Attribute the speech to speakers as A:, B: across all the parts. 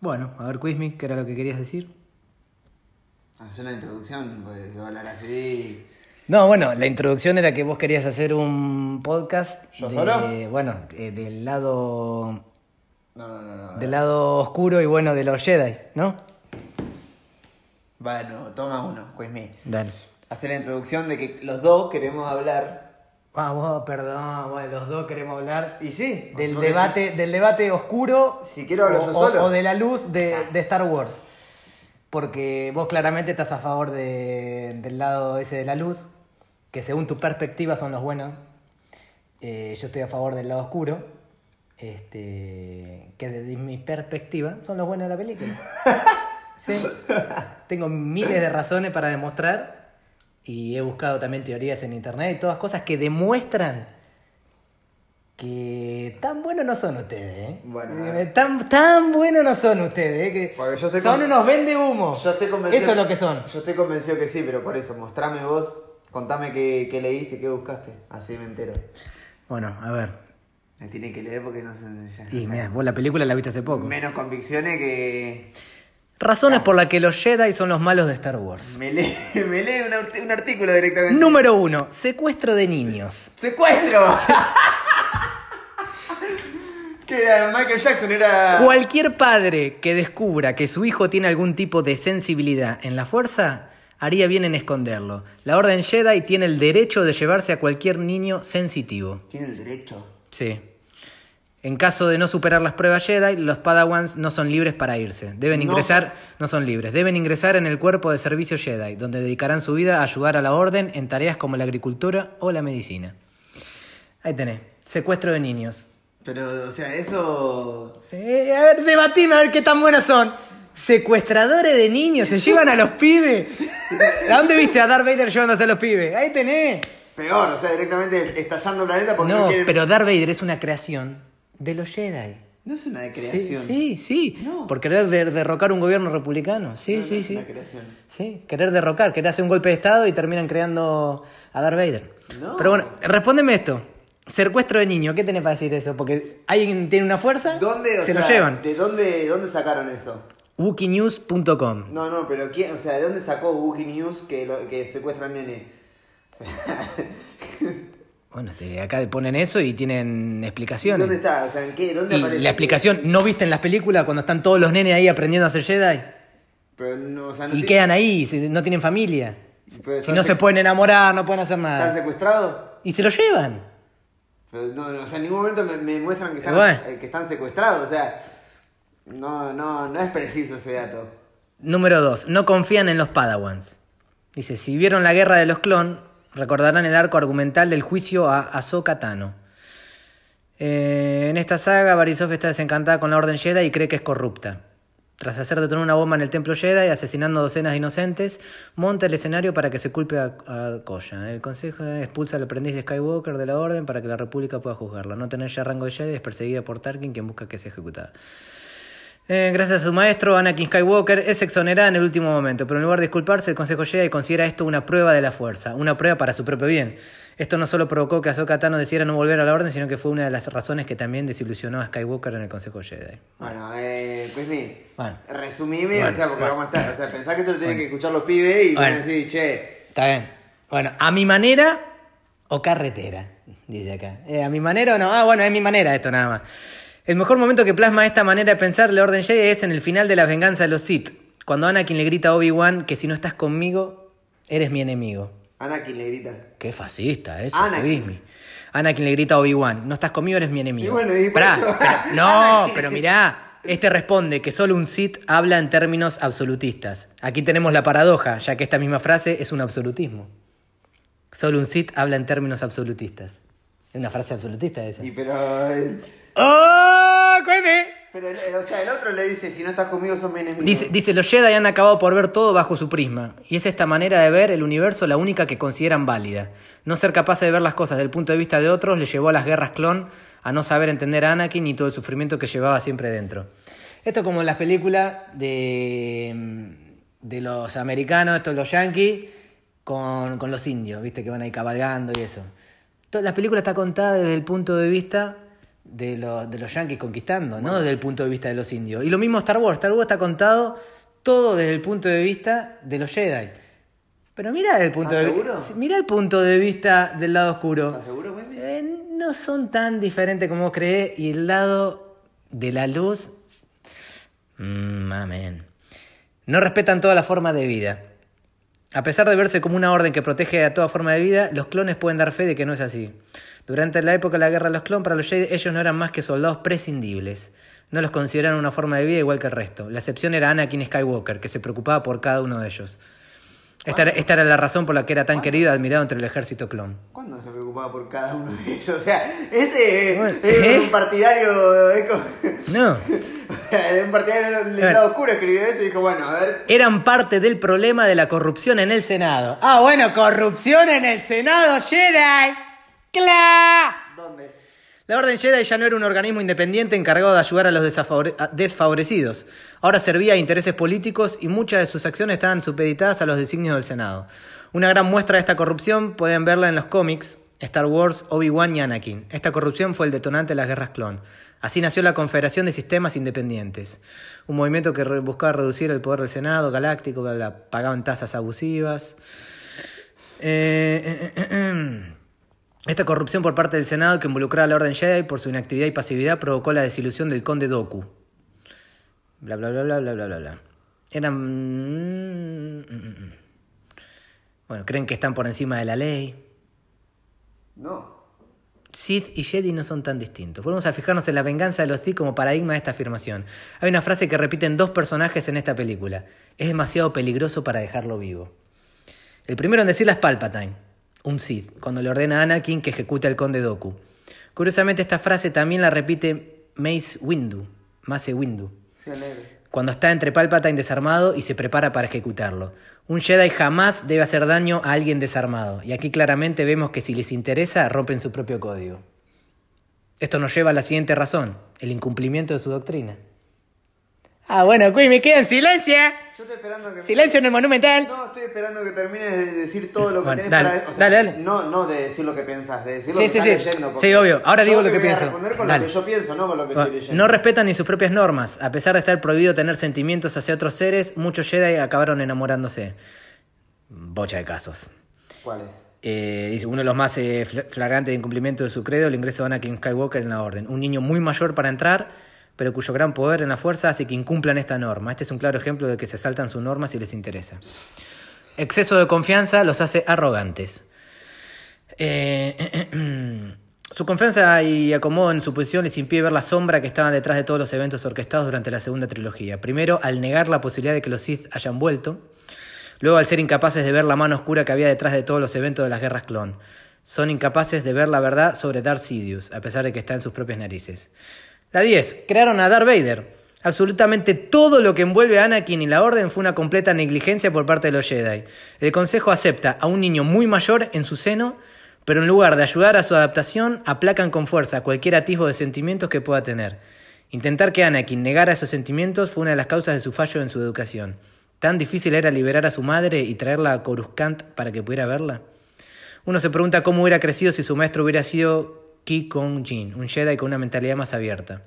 A: Bueno, a ver, Quizmi, ¿qué era lo que querías decir?
B: Hacer la introducción, pues yo hablar así.
A: No, bueno, la introducción era que vos querías hacer un podcast.
B: ¿Yo
A: de-
B: solo?
A: Bueno, eh, del lado.
B: No, no, no, no.
A: Del lado oscuro y bueno de los Jedi, ¿no?
B: Bueno, toma uno, pues me.
A: Dale.
B: Hacer la introducción de que los dos queremos hablar.
A: Vamos, Ah, perdón, bueno, los dos queremos hablar
B: Y sí,
A: del
B: porque
A: debate, del debate oscuro.
B: Si quiero hablo
A: o,
B: yo
A: o-
B: solo. Ah.
A: o de la luz de, de Star Wars. Porque vos claramente estás a favor de- del lado ese de la luz, que según tu perspectiva son los buenos. Eh, yo estoy a favor del lado oscuro, este, que desde mi perspectiva son los buenos de la película. Sí. Tengo miles de razones para demostrar y he buscado también teorías en internet y todas cosas que demuestran que tan buenos no son ustedes. ¿eh?
B: Bueno, a ver.
A: tan, tan buenos no son ustedes. ¿eh? Que
B: Porque yo estoy
A: son
B: con-
A: unos vende humo.
B: Yo estoy convencido.
A: Eso es lo que son.
B: Yo estoy convencido que sí, pero por eso, mostrame vos, contame qué, qué leíste, qué buscaste. Así me entero.
A: Bueno, a ver.
B: Me tienen que leer porque no se. ya-
A: Y
B: o sea,
A: mirá, vos la película la viste hace poco.
B: menos convicciones que.
A: Razones por las que los Jedi son los malos de Star Wars.
B: Me lee, me lee un, art- un artículo directamente.
A: Número uno, secuestro de niños.
B: ¡Secuestro! que era Michael Jackson, era.
A: Cualquier padre que descubra que su hijo tiene algún tipo de sensibilidad en la fuerza, haría bien en esconderlo. La Orden Jedi tiene el derecho de llevarse a cualquier niño sensitivo.
B: Tiene el derecho.
A: Sí. En caso de no superar las pruebas Jedi, los Padawans no son libres para irse. Deben
B: No.
A: ingresar, no, son libres. Deben ingresar en el cuerpo de servicio Jedi, donde dedicarán su vida a ayudar a la Orden en tareas como la agricultura o la medicina. Ahí tenés. Secuestro de niños.
B: Pero, o sea, eso.
A: Eh, a ver, debatime a ver qué tan buenos son. Secuestradores de niños, se llevan a los pibes. ¿A dónde viste a Darth Vader llevándose a los pibes? Ahí tenés.
B: Peor, o sea, directamente estallando el planeta porque no,
A: No,
B: quieren.
A: pero Darth Vader es una creación de los Jedi.
B: No es una de
A: Sí,
B: creación.
A: sí, sí.
B: No.
A: Por querer der- derrocar un gobierno republicano. Sí,
B: No, no
A: sí,
B: es
A: sí.
B: una creación.
A: Sí, querer derrocar, querer hacer un golpe de Estado y terminan creando a Darth Vader.
B: No.
A: Pero bueno, respóndeme esto. Secuestro de niño, ¿qué tenés para decir eso? Porque alguien tiene una fuerza,
B: ¿Dónde, o
A: se lo
B: sea,
A: llevan.
B: ¿De dónde, dónde sacaron eso?
A: Wikinews.com.
B: No, no, pero ¿quién, o sea, ¿de dónde sacó Wookie News que, lo, que secuestran nene?
A: Bueno, te- acá ponen eso y tienen explicaciones.
B: ¿Dónde está? O sea, ¿en qué? ¿Dónde
A: Y
B: aparece?
A: la explicación, ¿no viste en las películas cuando están todos los nenes ahí aprendiendo a ser Jedi?
B: Pero no, o sea, no
A: Y
B: te-
A: quedan ahí, y se- no tienen familia.
B: pero
A: Y
B: están
A: no se
B: sec-
A: pueden enamorar, no pueden hacer
B: ¿Están
A: nada.
B: secuestrados?
A: Y se lo llevan.
B: Pero no, no, o sea, en ningún momento me, me muestran que están,
A: Bueno.
B: eh, que están secuestrados, o sea, no, no, no es preciso ese dato.
A: Número 2. No confían en los Padawans. Dice, si vieron la guerra de los clon, recordarán el arco argumental del juicio a Ahsoka Tano. Eh, en esta saga, Barisov está desencantada con la Orden Jedi y cree que es corrupta. Tras hacer detonar una bomba en el templo Jedi y asesinando docenas de inocentes, monta el escenario para que se culpe a, a Koya. El consejo expulsa al aprendiz de Skywalker de la Orden para que la República pueda juzgarla. No tener ya rango de Jedi es perseguida por Tarkin, quien busca que sea ejecutada. Eh, gracias a su maestro, Anakin Skywalker es exonerada en el último momento, pero en lugar de disculparse, el Consejo Jedi considera esto una prueba de la fuerza, una prueba para su propio bien. Esto no solo provocó que Ahsoka Tano decidiera no volver a la Orden, sino que fue una de las razones que también desilusionó a Skywalker en el Consejo Jedi.
B: Bueno, eh, pues mi,
A: Bueno.
B: resumime,
A: Bueno,
B: o sea, porque
A: bueno.
B: vamos a estar, o sea, pensá que esto lo tienen que escuchar los pibes y van a
A: Bueno.
B: decir, che,
A: Está bien. Bueno, a mi manera o carretera, dice acá. Eh, a mi manera o no. Ah, bueno, es mi manera esto nada más. El mejor momento que plasma esta manera de pensar la Orden Jedi es en el final de la venganza de los Sith, cuando Anakin le grita a Obi-Wan que si no estás conmigo, eres mi enemigo.
B: Anakin le grita.
A: Qué fascista eso,
B: Anakin.
A: Disney. Anakin le grita a Obi-Wan, no estás conmigo, eres mi enemigo.
B: Y bueno, y por
A: Pará,
B: eso-
A: pero- no,
B: Anakin.
A: pero mirá, este responde que solo un Sith habla en términos absolutistas. Aquí tenemos la paradoja, ya que esta misma frase es un absolutismo. Solo un Sith habla en términos absolutistas. Es una frase absolutista esa.
B: Y pero, eh,
A: ¡Oh, cueve!
B: pero, el- o sea, el otro le dice, si no estás conmigo sos mi enemigo.
A: Dice, dice, los Jedi han acabado por ver todo bajo su prisma, y es esta manera de ver el universo la única que consideran válida. No ser capaz de ver las cosas del punto de vista de otros le llevó a las guerras clon, a no saber entender a Anakin y todo el sufrimiento que llevaba siempre dentro. Esto como en las mm, películas de, de los americanos, estos los yankees, con, con los indios, viste, que van ahí cabalgando y eso. Toda la película está contada desde el punto de vista de, los- de los yanquis conquistando, no desde el punto de vista de los indios. Y lo mismo Star Wars, Star Wars está contado todo desde el punto de vista de los Jedi. Pero mira el punto
B: ¿Estás
A: de
B: ¿Ah, seguro?
A: mira el punto de vista del lado oscuro.
B: ¿Estás seguro, Wemby?
A: Eh, no son tan diferentes como vos creés y el lado de la luz... Mm, amén. No respetan toda la forma de vida. A pesar de verse como una orden que protege a toda forma de vida, los clones pueden dar fe de que no es así. Durante la época de la guerra de los clones, para los Jedi, ellos no eran más que soldados prescindibles. No los consideraron una forma de vida igual que el resto. La excepción era Anakin Skywalker, que se preocupaba por cada uno de ellos. Esta, era- esta era la razón por la que era tan querido y admirado entre el ejército clon.
B: ¿Cuándo se preocupaba por cada uno de ellos? O sea, ese eh,
A: Bueno,
B: es
A: ¿eh?
B: un partidario. Es como,
A: No.
B: un partidario del lado oscuro escribió eso y dijo, bueno, a ver.
A: Eran parte del problema de la corrupción en el Senado. Ah, bueno, corrupción en el Senado, Jedi. ¡Cla!
B: ¿Dónde?
A: La Orden Jedi ya no era un organismo independiente encargado de ayudar a los desafavore- a- desfavorecidos. Ahora servía a intereses políticos y muchas de sus acciones estaban supeditadas a los designios del Senado. Una gran muestra de esta corrupción pueden verla en los cómics Star Wars, Obi-Wan y Anakin. Esta corrupción fue el detonante de las guerras clon. Así nació la Confederación de Sistemas Independientes, un movimiento que re- buscaba reducir el poder del Senado galáctico, bla, bla, bla. pagaban tasas abusivas. Eh, eh, eh, eh, eh. Esta corrupción por parte del Senado que involucraba a la Orden Jedi por su inactividad y pasividad provocó la desilusión del conde Doku. Bla, bla, bla, bla, bla, bla, bla, bla. Eran... mm, mm, mm. Bueno, creen que están por encima de la ley.
B: No.
A: Sith y Jedi no son tan distintos. Volvemos a fijarnos en la venganza de los Sith como paradigma de esta afirmación. Hay una frase que repiten dos personajes en esta película. Es demasiado peligroso para dejarlo vivo. El primero en decirla es Palpatine, un Sith, cuando le ordena a Anakin que ejecute al conde Doku. Curiosamente esta frase también la repite Mace Windu, Mace Windu,
B: Sí, el negro.
A: cuando está entre Palpatine desarmado y se prepara para ejecutarlo. Un Jedi jamás debe hacer daño a alguien desarmado, y aquí claramente vemos que si les interesa rompen su propio código. Esto nos lleva a la siguiente razón, el incumplimiento de su doctrina. Ah, bueno, Cui, me queda en silencio.
B: Yo estoy esperando que.
A: Silencio en el monumental.
B: No, estoy esperando que termines de decir todo lo que
A: Bueno,
B: tenés
A: dale,
B: para.
A: dale, dale.
B: No, no de decir lo que piensas, de decir lo
A: Sí,
B: que
A: sí,
B: estás
A: sí.
B: leyendo.
A: Sí, obvio. Ahora
B: yo
A: digo
B: te
A: lo que
B: voy a
A: pienso.
B: responder con
A: Dale.
B: lo que yo pienso, no con lo que
A: Bueno,
B: estoy leyendo.
A: Ah, No respetan ni sus propias normas. A pesar de estar prohibido tener sentimientos hacia otros seres, muchos Jedi acabaron enamorándose. Bocha de casos.
B: ¿Cuál es?
A: Eh, dice, uno de los más eh, fla- flagrantes de incumplimiento de su credo, el ingreso de Anakin Skywalker en la Orden. Un niño muy mayor para entrar, pero cuyo gran poder en la fuerza hace que incumplan esta norma. Este es un claro ejemplo de que se saltan sus normas si les interesa. Exceso de confianza los hace arrogantes. Eh, su confianza y acomodo en su posición les impide ver la sombra que estaba detrás de todos los eventos orquestados durante la segunda trilogía. Primero, al negar la posibilidad de que los Sith hayan vuelto. Luego, al ser incapaces de ver la mano oscura que había detrás de todos los eventos de las guerras clon. Son incapaces de ver la verdad sobre Darth Sidious, a pesar de que está en sus propias narices. La 10. Crearon a Darth Vader. Absolutamente todo lo que envuelve a Anakin y la Orden fue una completa negligencia por parte de los Jedi. El Consejo acepta a un niño muy mayor en su seno, pero en lugar de ayudar a su adaptación, aplacan con fuerza cualquier atisbo de sentimientos que pueda tener. Intentar que Anakin negara esos sentimientos fue una de las causas de su fallo en su educación. ¿Tan difícil era liberar a su madre y traerla a Coruscant para que pudiera verla? Uno se pregunta cómo hubiera crecido si su maestro hubiera sido Ki Kong Jin, un Jedi con una mentalidad más abierta.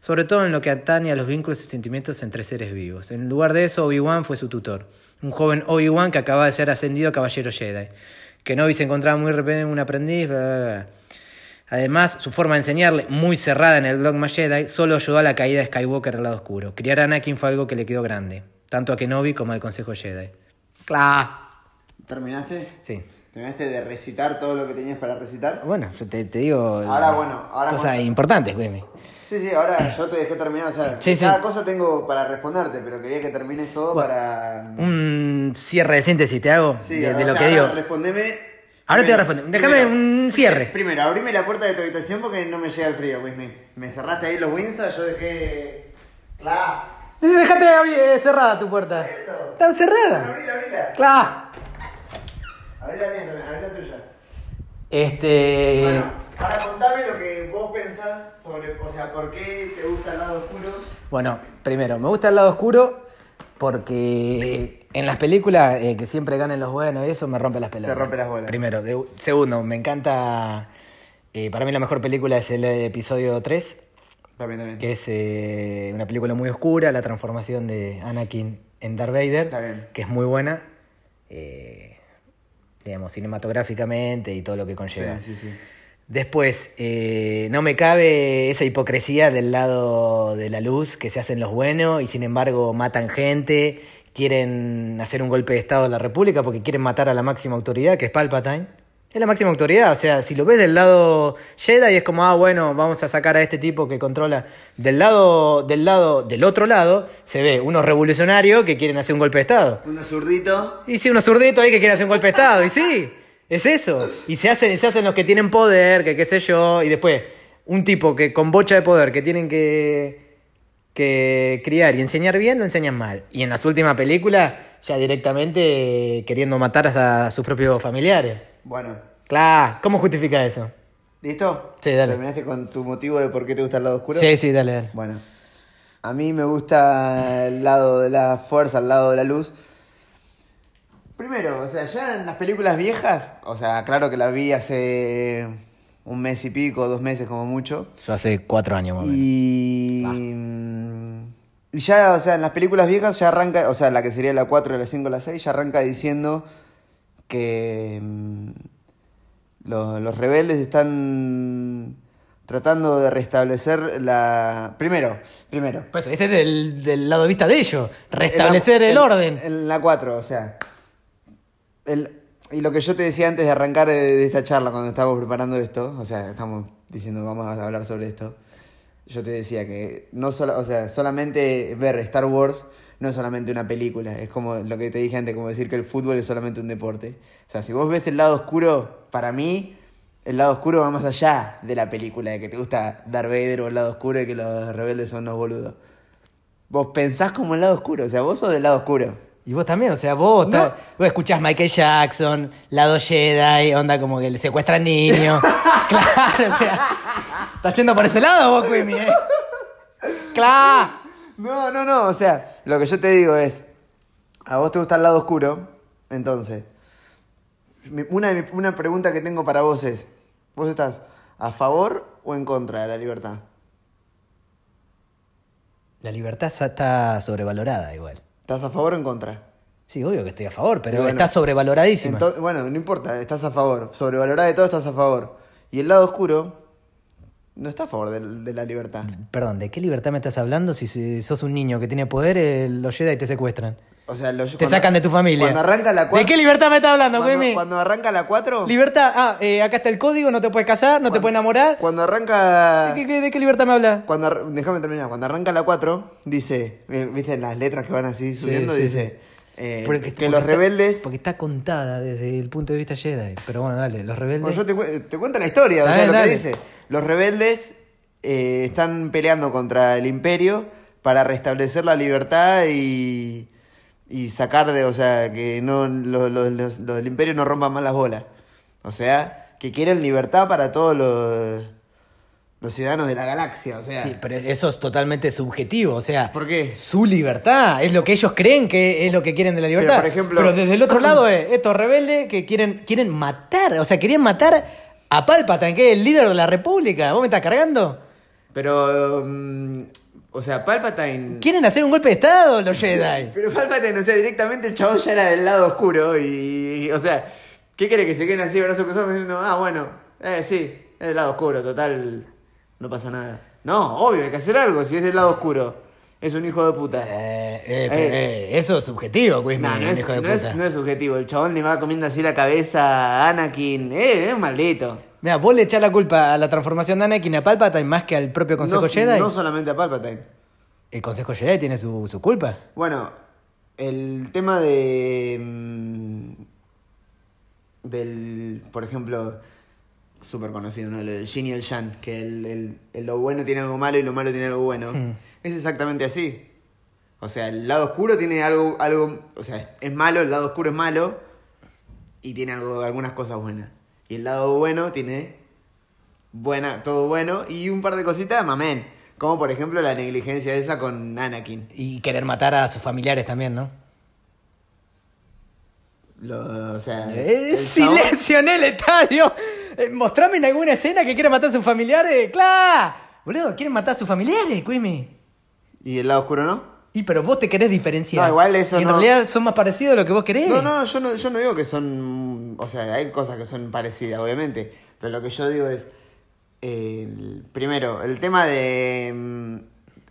A: Sobre todo en lo que atañe a los vínculos y sentimientos entre seres vivos. En lugar de eso, Obi-Wan fue su tutor. Un joven Obi-Wan que acaba de ser ascendido a caballero Jedi. Kenobi se encontraba muy repente un aprendiz. bla, bla, bla. Además, su forma de enseñarle, muy cerrada en el dogma Jedi, solo ayudó a la caída de Skywalker al lado oscuro. Criar a Anakin fue algo que le quedó grande, tanto a Kenobi como al Consejo Jedi. ¡Claro!
B: ¿Terminaste?
A: Sí.
B: ¿Terminaste de recitar todo lo que tenías para recitar?
A: Bueno, yo te, te digo.
B: Ahora,
A: eh,
B: bueno, ahora
A: Cosas
B: con-
A: importantes, güey.
B: Sí, sí, ahora yo te dejé terminar. O sea,
A: Sí, sí.
B: cada cosa tengo para responderte, pero quería que termines todo para.
A: Un cierre de síntesis te hago
B: Sí,
A: de, de
B: o
A: lo
B: sea,
A: que digo.
B: Ahora respondeme.
A: Ahora te voy a
B: Primero,
A: responder. Déjame
B: primero.
A: un cierre.
B: Primero, abrime la puerta de tu habitación porque no me llega el frío, Wismi. Me cerraste ahí los Windsor, yo dejé. Claro.
A: Dejate abri- eh, cerrada tu puerta.
B: Abierto.
A: ¿Está cerrada?
B: Abrila, abrila.
A: Claro.
B: Abrila bien también, abrila tuya.
A: Este.
B: Bueno, ahora contame lo que vos pensás sobre. O sea, por qué te gusta el lado oscuro.
A: Bueno, primero, me gusta el lado oscuro Porque en las películas eh, que siempre ganen los buenos y eso me rompe las pelotas.
B: Te rompe las bolas.
A: Primero. De- segundo, me encanta. eh, para mí la mejor película es el episodio 3,
B: Para mí también.
A: que es eh, una película muy oscura, la transformación de Anakin en Darth Vader,
B: Está bien.
A: que es muy buena, eh, digamos, cinematográficamente y todo lo que conlleva.
B: Sí, sí, sí.
A: Después, eh, no me cabe esa hipocresía del lado de la luz, que se hacen los buenos y sin embargo matan gente, quieren hacer un golpe de Estado a la República porque quieren matar a la máxima autoridad, que es Palpatine. Es la máxima autoridad, o sea, si lo ves del lado Jedi es como, ah, bueno, vamos a sacar a este tipo que controla. Del lado, del lado, del otro lado, se ve unos revolucionarios que quieren hacer un golpe de Estado.
B: Uno zurdito.
A: Y sí, unos zurditos ahí que quieren hacer un golpe de Estado. Y sí, es eso. Y se hacen, se hacen los que tienen poder, que qué sé yo. Y después, un tipo que con bocha de poder que tienen que, que criar y enseñar bien, lo enseñan mal. Y en las últimas películas, ya directamente eh, queriendo matar a, a sus propios familiares.
B: Bueno.
A: Claro, ¿cómo justifica eso?
B: ¿Listo?
A: Sí, dale.
B: ¿Terminaste con tu motivo de por qué te gusta el lado oscuro?
A: Sí, sí, dale, dale.
B: Bueno, a mí me gusta el lado de la fuerza, el lado de la luz. Primero, o sea, ya en las películas viejas, o sea, claro que la vi hace un mes y pico, dos meses como mucho.
A: Yo hace cuatro años, más o menos.
B: Y. y ya, o sea, en las películas viejas ya arranca, o sea, la que sería la 4, la 5, la 6, ya arranca diciendo que mm, lo- los rebeldes están tratando de restablecer la... Primero, primero.
A: Pues, ese es del, del lado de vista de ellos. Restablecer el,
B: En la- en-
A: orden.
B: En la 4, o sea. El- y lo que yo te decía antes de arrancar eh, de esta charla, cuando estábamos preparando esto, o sea, estamos diciendo vamos a hablar sobre esto, yo te decía que no sola- o sea, solamente ver Star Wars no es solamente una película, es como lo que te dije antes, como decir que el fútbol es solamente un deporte. O sea, si vos ves el lado oscuro, para mí, el lado oscuro va más allá de la película, de que te gusta Darth Vader o el lado oscuro y que los rebeldes son unos boludos. Vos pensás como el lado oscuro, o sea, vos sos del lado oscuro.
A: Y vos también, o sea, vos,
B: No.
A: ta- vos escuchás Michael Jackson, lado Jedi, onda como que le secuestran niños. claro, o sea, estás yendo por ese lado vos, Quimi, eh. Claro.
B: No, no, no, o sea, lo que yo te digo es, a vos te gusta el lado oscuro, entonces, mi- una, de mi- una pregunta que tengo para vos es, ¿vos estás a favor o en contra de la libertad?
A: La libertad sa- está sobrevalorada igual.
B: ¿Estás a favor o en contra?
A: Sí, obvio que estoy a favor, pero
B: Y bueno,
A: está sobrevaloradísima.
B: Ento- bueno, no importa, estás a favor, sobrevalorada de todo estás a favor. Y el lado oscuro no está a favor del- de, la libertad.
A: Perdón, ¿de qué libertad me estás hablando si, si sos un niño que tiene poder, eh, los Jedi te secuestran?
B: O sea, lo-
A: Te
B: cuando-
A: sacan de tu familia.
B: Cuando arranca la 4...
A: ¿De qué libertad me estás hablando,
B: cuando,
A: Quimi?
B: cuando arranca la 4...
A: Libertad, ah, eh, acá está el código, no te puedes casar, no te puedes enamorar.
B: Cuando arranca...
A: ¿De qué- qué- de qué libertad me hablas?
B: Cuando ar- déjame terminar, cuando arranca la 4, dice, eh, viste las letras que van así subiendo,
A: sí,
B: dice eh,
A: Porque-
B: que
A: porque
B: los
A: está-
B: rebeldes.
A: Porque está contada desde el punto de vista Jedi. Pero bueno, dale, los rebeldes.
B: Bueno, yo te, cu- te cuento la historia, o
A: Está
B: sea,
A: bien,
B: lo que
A: dale.
B: dice. Los rebeldes eh, están peleando contra el imperio para restablecer la libertad y, y sacar de, o sea, que no los, los- los- los del imperio no rompan más las bolas. O sea, que quieren libertad para todos los, los ciudadanos de la galaxia, o sea.
A: Sí, pero eso es totalmente subjetivo. O sea,
B: ¿Por qué?
A: su libertad es lo que ellos creen que es lo que quieren de la libertad.
B: por ejemplo-
A: Pero desde el otro lado es estos rebeldes que quieren, quieren matar. O sea, querían matar a Palpatine, que es el líder de la república. ¿Vos me estás cargando?
B: Pero, mm, o sea, Palpatine.
A: Quieren hacer un golpe de estado los Jedi.
B: Pero Palpatine, o sea, directamente el chabón ya era del lado oscuro y, o sea, ¿qué quiere que se queden así brazos cruzados diciendo, ah, bueno, eh, sí, es del lado oscuro, total, no pasa nada? No, obvio, hay que hacer algo si es del lado oscuro. Es un hijo de puta.
A: Eh, eh, pero, eh, eso es subjetivo, Quisman,
B: No, no es,
A: hijo de
B: no,
A: puta.
B: es, no es subjetivo. El chabón le va comiendo así la cabeza a Anakin. Eh, es un maldito.
A: Mira, vos le echás la culpa a la transformación de Anakin a Palpatine más que al propio Consejo
B: no,
A: Jedi.
B: no solamente a Palpatine.
A: El Consejo Jedi tiene su, su culpa.
B: Bueno, el tema de. mm, Del. Por ejemplo, súper conocido, ¿no? Lo del Yin y el Yang, que el, el- el lo bueno tiene algo malo y lo malo tiene algo bueno. Es exactamente así. O sea, el lado oscuro tiene algo. algo o sea, es, es malo, el lado oscuro es malo y tiene algo, algunas cosas buenas. Y el lado bueno tiene. Buena, todo bueno y un par de cositas, mamén. Como por ejemplo la negligencia esa con Anakin.
A: Y querer matar a sus familiares también, ¿no?
B: Lo- o sea.
A: Eh,
B: el chabón-
A: silencio en el estadio. Eh, mostrame en alguna escena que quiera matar a sus familiares. ¡Claro! Boludo, quieren matar a sus familiares, Quimi.
B: ¿Y el lado oscuro no?
A: Y pero vos te querés diferenciar.
B: No, igual eso
A: Y en
B: no-
A: realidad son más parecidos a lo que vos querés.
B: No, no, no, yo no, yo no digo que son. O sea, hay cosas que son parecidas, obviamente. Pero lo que yo digo es. eh, el- primero, el tema de. mm,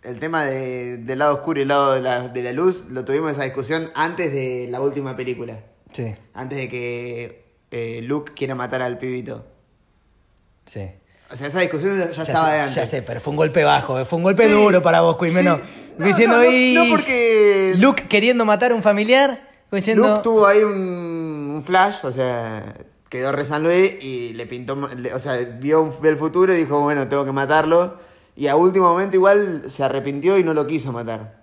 B: El tema de- del lado oscuro y el lado de la, de la luz lo tuvimos esa discusión antes de la última película.
A: Sí,
B: Antes de que eh, Luke quiera matar al pibito.
A: sí.
B: O sea, esa discusión ya,
A: Ya
B: estaba
A: sé,
B: de antes.
A: Ya sé, pero fue un golpe bajo. eh, Fue un golpe
B: Sí,
A: duro para vos, Quimi.
B: sí.
A: No,
B: No,
A: diciendo
B: no, no,
A: "Y
B: no, porque-
A: Luke queriendo matar a un familiar. Diciendo...
B: Luke tuvo ahí un, un flash, o sea, quedó re San Luis y le pintó, ma- le- o sea, vio un- el futuro y dijo, bueno, tengo que matarlo. Y a último momento igual se arrepintió y no lo quiso matar.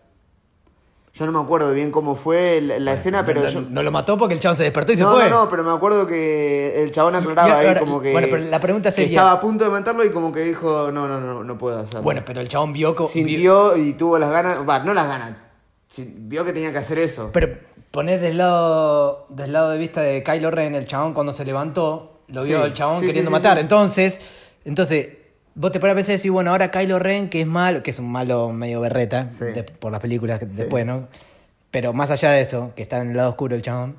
B: Yo no me acuerdo bien cómo fue la, la escena, pero
A: no,
B: yo...
A: no lo mató porque el chabón se despertó y se
B: no,
A: fue.
B: no, no, pero me acuerdo que el chabón
A: Y- y
B: aclaraba ahí
A: ahora-
B: como que...
A: bueno, pero la pregunta
B: que
A: sería-
B: Estaba a punto de matarlo y como que dijo, no, no, no, no puedo hacerlo.
A: Bueno, pero el chabón vio... co- vio-
B: Sintió y tuvo las ganas, va, no las ganas, si- vio que tenía que hacer eso.
A: Pero ponés del lado, del lado de vista de Kylo Ren, el chabón cuando se levantó, lo vio
B: Sí,
A: el chabón
B: sí,
A: queriendo
B: sí, sí,
A: matar.
B: sí.
A: Entonces, entonces, vos te pones a pensar y decís, bueno, ahora Kylo Ren, que es malo, que es un malo medio berreta,
B: Sí.
A: de- por las películas que- después, ¿no? Pero más allá de eso, que está en el lado oscuro el chabón,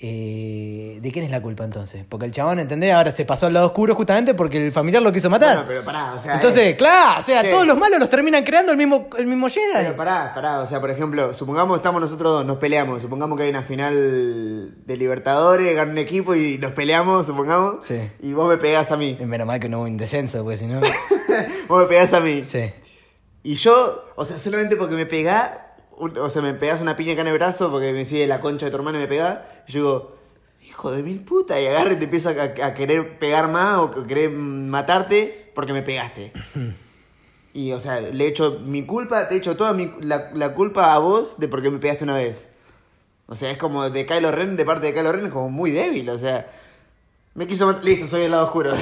A: eh, ¿de quién es la culpa entonces? Porque el chabón, ¿entendés? Ahora se pasó al lado oscuro justamente porque el familiar lo quiso matar.
B: Bueno, pero pará, o sea... eh,
A: entonces, claro, o sea,
B: Sí.
A: todos los malos los terminan creando el mismo, el mismo Jedi.
B: Pero pará, pará, o sea, por ejemplo, supongamos estamos nosotros dos, nos peleamos, supongamos que hay una final de Libertadores, gana un equipo y nos peleamos, supongamos,
A: Sí.
B: y vos me pegás a mí,
A: Y Menos mal que no hubo un descenso, porque si no...
B: vos me pegás a mí.
A: sí.
B: Y yo, o sea, solamente porque me pegás, un- o sea, me pegás una piña acá en el brazo porque me sigue la concha de tu hermana y me pegás, y yo digo, hijo de mil puta, y agarro y te empiezo a, a- a querer pegar más o que- querer matarte porque me pegaste. Y, o sea, le echo mi culpa, te echo toda mi, la, la culpa a vos de porque me pegaste una vez. O sea, es como de Kylo Ren, de parte de Kylo Ren, es como muy débil, o sea. Me quiso matar. Listo, soy el lado oscuro.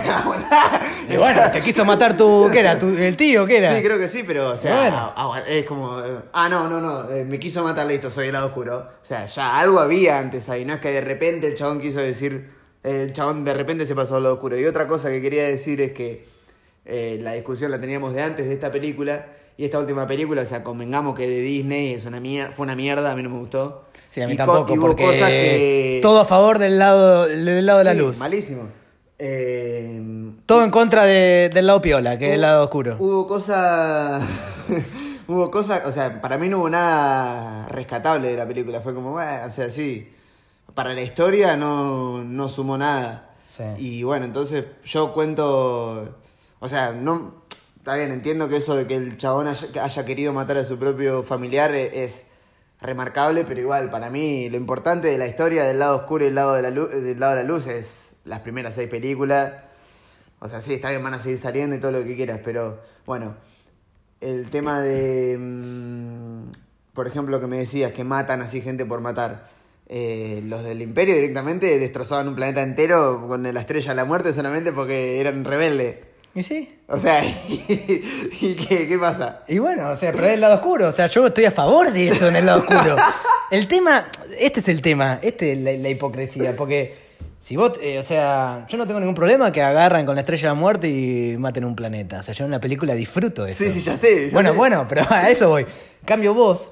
A: Y bueno, te quiso matar tu. ¿Qué era? Tu- ¿El tío? ¿Qué era?
B: Sí, creo que sí, pero, o sea,
A: Bueno.
B: agua- es como. eh, Ah, no, no, no, eh, me quiso matar, listo, soy el lado oscuro. O sea, ya algo había antes ahí, no es que de repente el chabón quiso decir. El chabón de repente se pasó al lado oscuro. Y otra cosa que quería decir es que eh, la discusión la teníamos de antes de esta película. Y esta última película, o sea, convengamos que de Disney es una mier- fue una mierda, a mí no me gustó.
A: Sí, a mí
B: Y co-
A: tampoco,
B: y hubo
A: porque.
B: cosas que-
A: Todo a favor del lado, del lado de la
B: Sí,
A: luz.
B: Malísimo. Eh,
A: Todo en contra de- del lado piola, que es el lado oscuro.
B: Hubo cosas. hubo cosas. O sea, para mí no hubo nada rescatable de la película. Fue como, bueno, o sea, sí. Para la historia no, no sumó nada.
A: Sí.
B: Y bueno, entonces yo cuento. O sea, no. Está bien, entiendo que eso de que el chabón haya, que haya querido matar a su propio familiar e- es, remarcable, pero igual, para mí lo importante de la historia del lado oscuro y del lado de la, lu- del lado de la luz es las primeras seis películas. O sea, sí, está bien, van a seguir saliendo y todo lo que quieras, pero bueno. El tema de. mm, por ejemplo, que me decías que matan así gente por matar. Eh, los del Imperio directamente destrozaban un planeta entero con la estrella de la muerte solamente porque eran rebeldes.
A: Y sí.
B: O sea, ¿y qué, qué pasa?
A: Y bueno, o sea, pero es el lado oscuro. O sea, yo estoy a favor de eso en el lado oscuro. El tema, este es el tema, este es la, la hipocresía, porque si vos, eh, o sea, yo no tengo ningún problema que agarran con la estrella de la muerte y maten un planeta. O sea, yo en la película disfruto eso.
B: Sí, sí, ya sé. ya
A: Bueno,
B: sé.
A: bueno, pero a eso voy. En Cambio vos,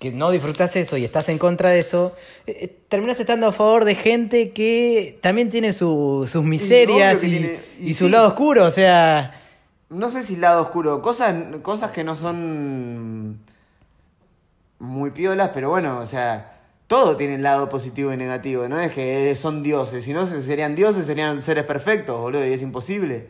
A: que no disfrutás eso y estás en contra de eso, eh, eh, terminás estando a favor de gente que también tiene su- sus miserias
B: obvio
A: y,
B: que tiene- y
A: y su
B: sí.
A: lado oscuro, o sea...
B: No sé si lado oscuro, cosas, cosas que no son muy piolas, pero bueno, o sea, todo tiene lado positivo y negativo, no es que son dioses, si no se- serían dioses, serían seres perfectos, boludo, y es imposible.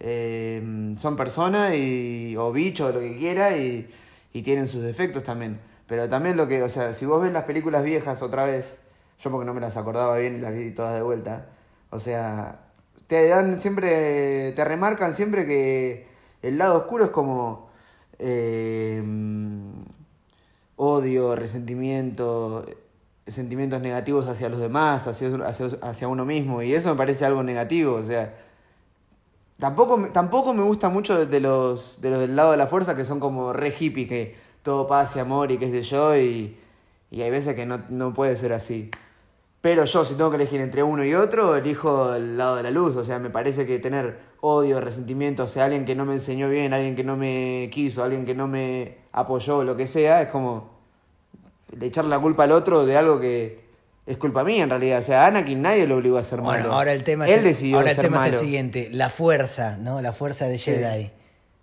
B: Eh, son personas y, o bichos, lo que quiera, y, y tienen sus defectos también. Pero también lo que, o sea, si vos ves las películas viejas otra vez, yo porque no me las acordaba bien y las vi todas de vuelta, o sea, te dan siempre, te remarcan siempre que el lado oscuro es como... eh, odio, resentimiento, sentimientos negativos hacia los demás, hacia, hacia, hacia uno mismo. Y eso me parece algo negativo. O sea, Tampoco, me- tampoco me gusta mucho de- de los, de los del lado de la fuerza que son como re hippie, que todo paz y amor y qué sé yo, y, y hay veces que no, no puede ser así. Pero yo, si tengo que elegir entre uno y otro, elijo el lado de la luz. O sea, me parece que tener odio, resentimiento hacia alguien que no me enseñó bien, alguien que no me quiso, alguien que no me apoyó, lo que sea, es como de echarle la culpa al otro de algo que es culpa mía en realidad. O sea, Anakin nadie lo obligó a ser
A: Bueno,
B: malo.
A: ahora el tema,
B: Él
A: es, el-
B: decidió
A: ahora el
B: ser
A: tema es
B: malo.
A: el siguiente. La fuerza, ¿no? La fuerza de Jedi.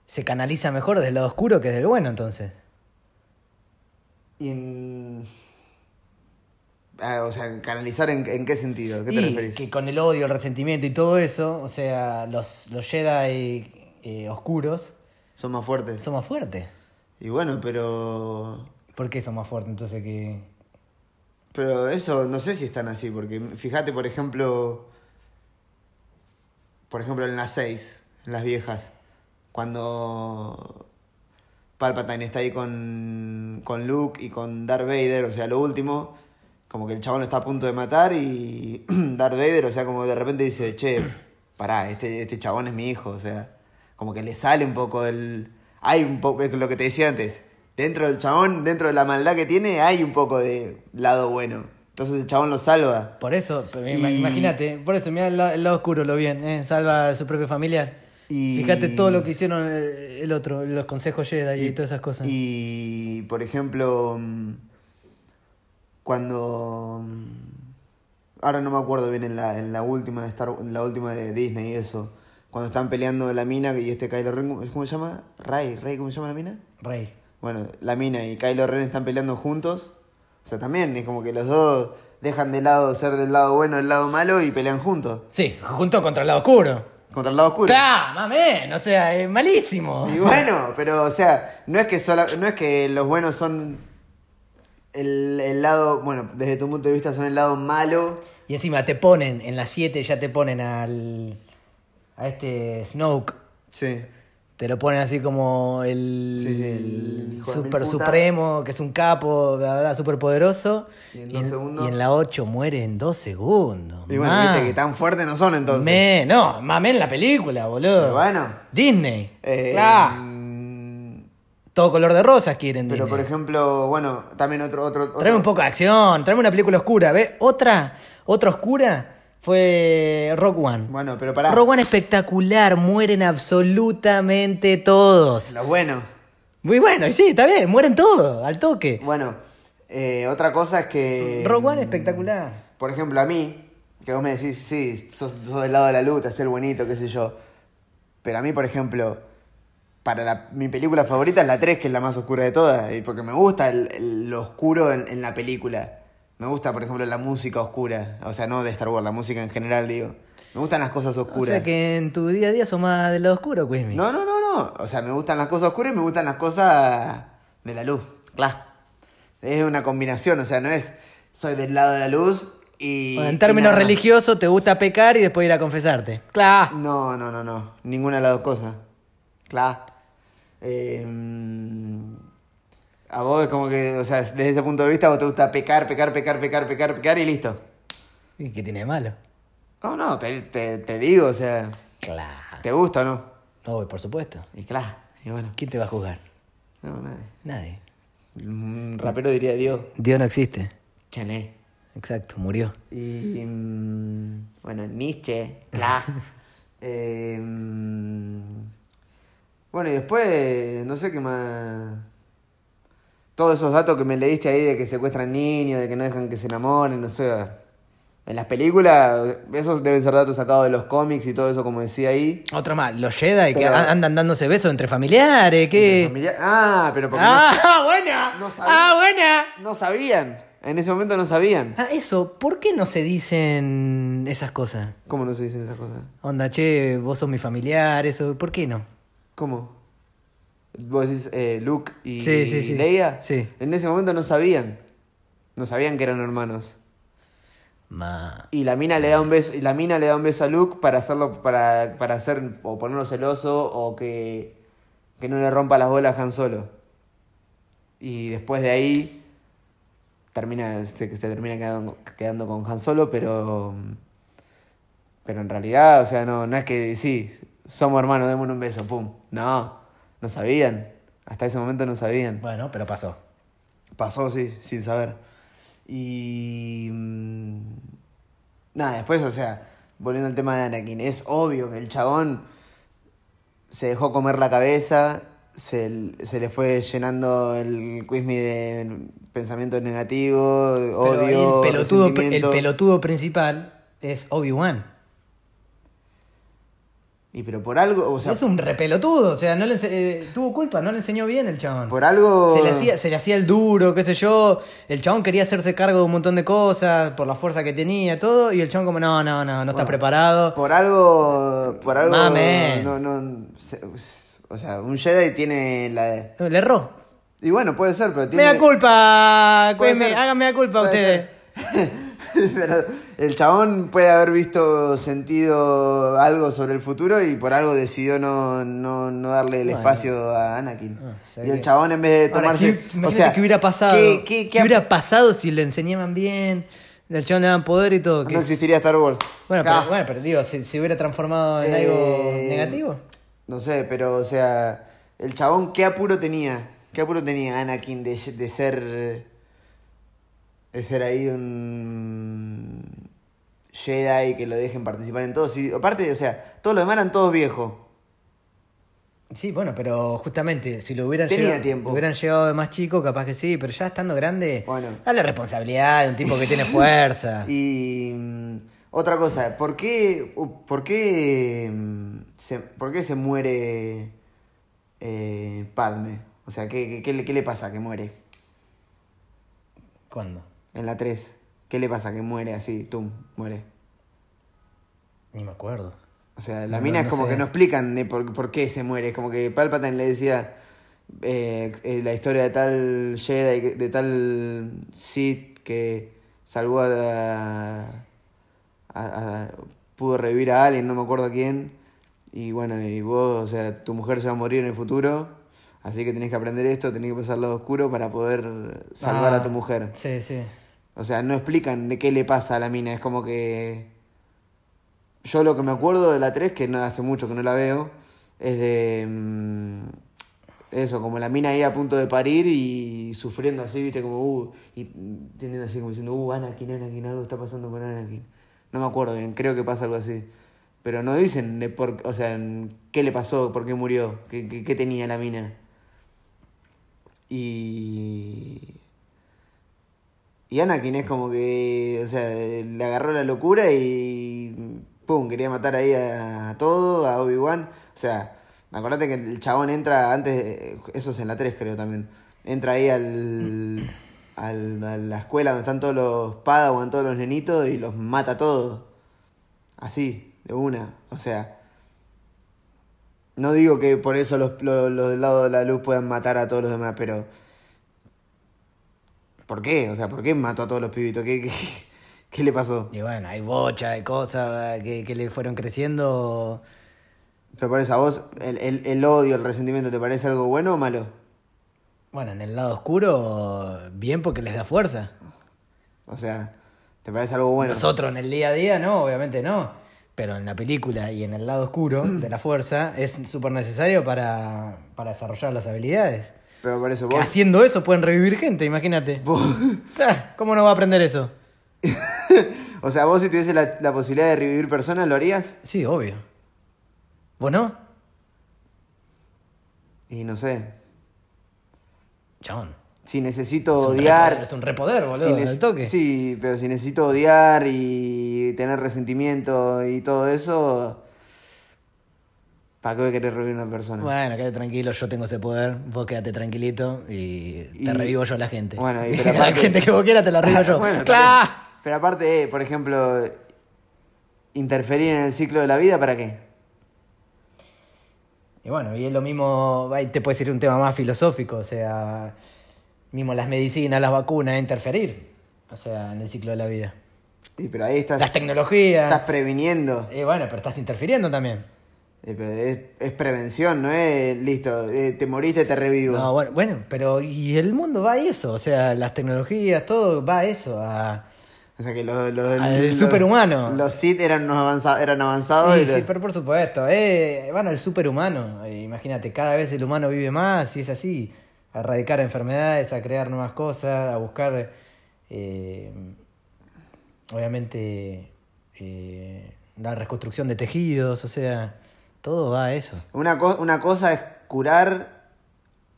A: ¿Se canaliza mejor del lado oscuro que del bueno, entonces?
B: Y en- Ah, o sea, canalizar en, en qué sentido, ¿qué te
A: Y
B: referís?
A: que con el odio, el resentimiento y todo eso, o sea, los, los Jedi eh, oscuros
B: Son más fuertes.
A: son más fuertes.
B: Y bueno, pero.
A: ¿Por qué son más fuertes entonces que...?
B: Pero eso no sé si están así, porque fíjate, por ejemplo. Por ejemplo, en las 6, en las viejas, cuando Palpatine está ahí con, con Luke y con Darth Vader, o sea, lo último, como que el chabón lo está a punto de matar y Darth Vader, o sea, como de repente dice, che, pará, este, este chabón es mi hijo, o sea, como que le sale un poco el... Hay un poco, es lo que te decía antes, dentro del chabón, dentro de la maldad que tiene, hay un poco de lado bueno. Entonces el chabón lo salva.
A: Por eso, pero
B: Y-
A: ima- imagínate, por eso, mira el, la- el lado oscuro, lo bien, eh, salva a su propio familiar.
B: Y-
A: Fíjate todo lo que hicieron el, el otro, los consejos Jedi y, todas esas cosas.
B: Y, por ejemplo, mm, cuando... mm, Ahora no me acuerdo bien en la, en la última de Star, en la última de Disney y eso. Cuando están peleando la mina y este Kylo Ren, ¿cómo- ¿cómo se llama? Ray, Ray, ¿cómo se llama la mina?
A: Rey.
B: Bueno, la mina y Kylo Ren están peleando juntos. O sea, también es como que los dos dejan de lado ser del lado bueno, del lado malo y pelean juntos.
A: Sí, junto contra el lado oscuro.
B: Contra el lado oscuro.
A: ¡Claro, mamen! O sea, es malísimo.
B: Y bueno, pero o sea, no es que sola- no es que los buenos son el, el lado, bueno, desde tu punto de vista son el lado malo.
A: Y encima te ponen, en las 7 ya te ponen al. a este Snoke.
B: Sí.
A: Te lo ponen así como el,
B: Sí, sí, el hijo de mil
A: super
B: puta.
A: supremo, que es un capo, la verdad, super poderoso.
B: Y en dos segundos.
A: y en la 8 muere en 2 segundos.
B: Y bueno,
A: man.
B: viste que tan fuertes no son entonces.
A: Ah. Me- no, mamé en la película, boludo.
B: Pero bueno.
A: Disney.
B: Eh,
A: Claro.
B: mm,
A: Todo color de rosas quieren.
B: Pero
A: Disney.
B: por ejemplo, bueno, también otro otro, otro-
A: Traeme un poco de acción, traeme una película oscura. ¿Ve? Otra, otra oscura fue Rock One.
B: Bueno, pero pará.
A: Rogue One espectacular, mueren absolutamente todos.
B: Lo bueno.
A: Muy bueno, y sí, está bien, mueren todos, al toque.
B: Bueno, eh, otra cosa es que
A: Rogue One espectacular.
B: Por ejemplo, a mí, que vos me decís, sí, sos, sos del lado de la luz, te haces el bonito, qué sé yo. Pero a mí, por ejemplo, para la- mi película favorita es la 3, que es la más oscura de todas, y porque me gusta el- el- lo oscuro en, en la película. Me gusta, por ejemplo, la música oscura. O sea, no de Star Wars, la música en general, digo. Me gustan las cosas
A: O
B: oscuras.
A: sea que en tu día a día sos más del lado oscuro, Quismi.
B: No, no, no, no. O sea, me gustan las cosas oscuras y me gustan las cosas de la luz, claro. Es una combinación, o sea, no es soy del lado de la luz y...
A: en
B: y
A: términos
B: nada más.
A: religiosos, te gusta pecar y después ir a confesarte. Claro.
B: No, no, no, no. Ninguna de las dos cosas. Claro. Eh, Em, a vos es como que, o sea, desde ese punto de vista vos te gusta pecar, pecar, pecar, pecar, pecar, pecar y listo.
A: ¿Y qué tiene de malo?
B: No, no, te, te- te digo, o sea,
A: Claro.
B: ¿te gusta o no?
A: No, y por supuesto.
B: Y claro, y bueno,
A: ¿Quién te va a juzgar?
B: no, nadie.
A: Nadie.
B: Un rapero diría Dios,
A: Dios no existe.
B: chané.
A: Exacto, murió.
B: Y mm, bueno, Nietzsche, la. Eh, mm, bueno, y después, no sé qué más. Todos esos datos que me leíste ahí de que secuestran niños, de que no dejan que se enamoren, no sé. En las películas, esos deben ser datos sacados de los cómics y todo eso, como decía ahí.
A: Otra más, los Jedi que
B: Pero-
A: an- andan dándose besos entre familiares, que...
B: Familia- Ah, pero porque no
A: Ah, buena.
B: no sabía.
A: ah, buena.
B: sa- no sabían. En ese momento no sabían.
A: Ah, eso, ¿por qué no se dicen esas cosas?
B: ¿Cómo no se dicen esas cosas?
A: Onda, che, vos sos mi familiar, eso, ¿por qué no?
B: ¿Cómo? ¿Vos decís eh, Luke y
A: Sí, sí, sí.
B: Leia?
A: Sí.
B: En ese momento no sabían. No sabían que eran hermanos.
A: Ma.
B: Y la mina le da un beso, y la mina le da un beso a Luke para hacerlo, para, para hacer, o ponerlo celoso, o que, que no le rompa las bolas a Han Solo. Y después de ahí termina, este, se, se termina quedando, quedando con Han Solo, pero. Pero en realidad, o sea, no, no es que sí. somos hermanos, démonos un beso, pum. No, no sabían. Hasta ese momento no sabían.
C: Bueno, pero pasó.
B: Pasó, sí, sin saber. Y. mm, Nada, después, o sea, volviendo al tema de Anakin, es obvio que el chabón se dejó comer la cabeza, se, l- se le fue llenando el quizmi de pensamientos negativos,
A: Pero ahí
B: odio,
A: el, pelotudo, el
B: resentimiento.
A: pelotudo principal es Obi-Wan.
B: Y pero por algo, o sea,
A: es un repelotudo, o sea, no le ense- eh, tuvo culpa, no le enseñó bien el chabón.
B: por algo.
A: Se le, hacía, se le hacía el duro, qué sé yo. El chabón quería hacerse cargo de un montón de cosas por la fuerza que tenía, todo. Y el chabón, como, no, no, no, no estás preparado.
B: Por algo. Por algo.
A: Mame.
B: No, no. se- o sea, un Jedi tiene la.
A: Le erró.
B: Y bueno, puede ser, pero tiene.
A: Mea culpa,
B: Puede
A: Cueme,
B: ser.
A: hágame la culpa a
B: Puede
A: ustedes.
B: ser. Pero el chabón puede haber visto, sentido algo sobre el futuro y por algo decidió no, no, no darle el
A: Bueno.
B: espacio a Anakin.
A: Ah, se ve
B: y el
A: que-
B: chabón en vez de
A: Ahora,
B: Eh, tomarse...
A: ¿qué-
B: o
A: imagínate
B: sea,
A: qué hubiera pasado.
B: ¿qué-
A: ¿Qué,
B: qué- qué-
A: hubiera pasado si le enseñaban bien? El chabón le daban poder y todo. que-
B: Ah, No existiría Star Wars.
A: bueno,
B: Ah,
A: pero, bueno, pero digo, si se hubiera transformado en
B: eh,
A: algo negativo.
B: No sé, pero o sea, el chabón qué apuro tenía. ¿Qué apuro tenía Anakin de, de ser... De ser ahí un... Jedi que lo dejen participar en todo. Sí, aparte, o sea, todos los demás eran todos viejos.
A: Sí, bueno, pero justamente, si lo hubieran,
B: Tenía
A: llegado,
B: tiempo.
A: hubieran llegado de más chico, capaz que sí, pero ya estando grande,
B: Bueno.
A: dale responsabilidad de un tipo que tiene fuerza.
B: Y mm, otra cosa, ¿por qué, u- por qué, mm, se, por qué se muere eh, Padme? O sea, ¿qué, qué, qué le, qué le pasa que muere
A: ¿Cuándo?
B: en la 3? ¿Qué le pasa que muere así? Tum, muere.
A: Ni me acuerdo.
B: O sea, la
A: No,
B: mina es
A: no
B: como
A: sé.
B: que no explican de por, por qué se muere. Es como que Palpatine le decía eh, eh, la historia de tal Jedi, que- de tal Sith que salvó a, la- a- a- pudo revivir a alguien, no me acuerdo a quién. Y bueno, y vos, o sea, tu mujer se va a morir en el futuro. Así que tenés que aprender esto, tenés que pasar al lado oscuro para poder salvar
A: Ah,
B: a tu mujer.
A: Sí, sí.
B: O sea, no explican de qué le pasa a la mina. Es como que. Yo lo que me acuerdo de la 3, que no hace mucho que no la veo, es de. mm, eso, como la mina ahí a punto de parir y sufriendo así, viste, como. Uh, y teniendo así como diciendo, uh, Anakin, Anakin, algo está pasando con Anakin. No me acuerdo bien, creo que pasa algo así. Pero no dicen de por. O sea, en qué le pasó, por qué murió, qué, qué- qué tenía la mina. Y. Y Anakin es como que, o sea, le agarró la locura y pum, quería matar ahí a, a todo, a Obi-Wan. O sea, acordate que el chabón entra antes, eso es en la 3 creo también, entra ahí al, al- a la escuela donde están todos los Padawan, todos los nenitos y los mata a todos. Así, de una. O sea, no digo que por eso los, los, los del lado de la luz puedan matar a todos los demás, pero... ¿Por qué? O sea, ¿por qué mató a todos los pibitos? ¿Qué, qué, qué le pasó?
A: Y bueno, hay bocha de cosas que, que le fueron creciendo.
B: ¿Te parece a vos el, el- el odio, el resentimiento, te parece algo bueno o malo?
A: Bueno, en el lado oscuro, bien porque les da fuerza.
B: O sea, ¿te parece algo bueno?
A: Nosotros en el día a día, no, obviamente no. Pero en la película y en el lado oscuro de la fuerza es súper necesario para, para desarrollar las habilidades.
B: Pero por eso
A: Que
B: vos...
A: haciendo eso pueden revivir gente, imagínate.
B: vos-
A: Ah, ¿Cómo no va a aprender eso?
B: o sea, vos si tuviese la, la posibilidad de revivir personas, ¿lo harías?
A: Sí, obvio. ¿Vos no?
B: Y no sé.
A: Chabón.
B: Si necesito
A: Es un
B: odiar...
A: repoder, Es un repoder, boludo.
B: Si
A: al
B: nec-
A: toque.
B: Sí, pero si necesito odiar y tener resentimiento y todo eso, ¿para qué voy a querer revivir una persona?
A: Bueno, quédate tranquilo, yo tengo ese poder. Vos quédate tranquilito y te
B: Y-
A: revivo yo a la gente.
B: Bueno, y- pero
A: la
B: aparte-
A: gente que vos quieras te la revivo yo.
B: Bueno,
A: ¡Claro!
B: también. Pero aparte, eh, por ejemplo, interferir en el ciclo de la vida, ¿para qué?
A: Y bueno, y es lo mismo, ahí te puede ser un tema más filosófico, o sea, mismo las medicinas, las vacunas, interferir, o sea, en el ciclo de la vida.
B: Y, pero ahí
A: Las
B: estás, estás
A: tecnologías.
B: previniendo.
A: Y bueno, pero estás interfiriendo también.
B: Eh, pero Es, es prevención, ¿no es? Listo, eh, te moriste, te revivo.
A: No, bueno, bueno, pero y el mundo va a eso, o sea, las tecnologías, todo va a eso, a,
B: O sea que los. los,
A: Al
B: los-
A: superhumano.
B: Los Sith eran unos avanzados, eran avanzados
A: Sí,
B: y los-
A: sí, pero por supuesto. eh, van al superhumano. Eh, imagínate, cada vez el humano vive más y es así. A erradicar enfermedades, a crear nuevas cosas, a buscar, eh, obviamente, eh, la reconstrucción de tejidos. O sea, todo va a eso.
B: Una, co- una cosa es curar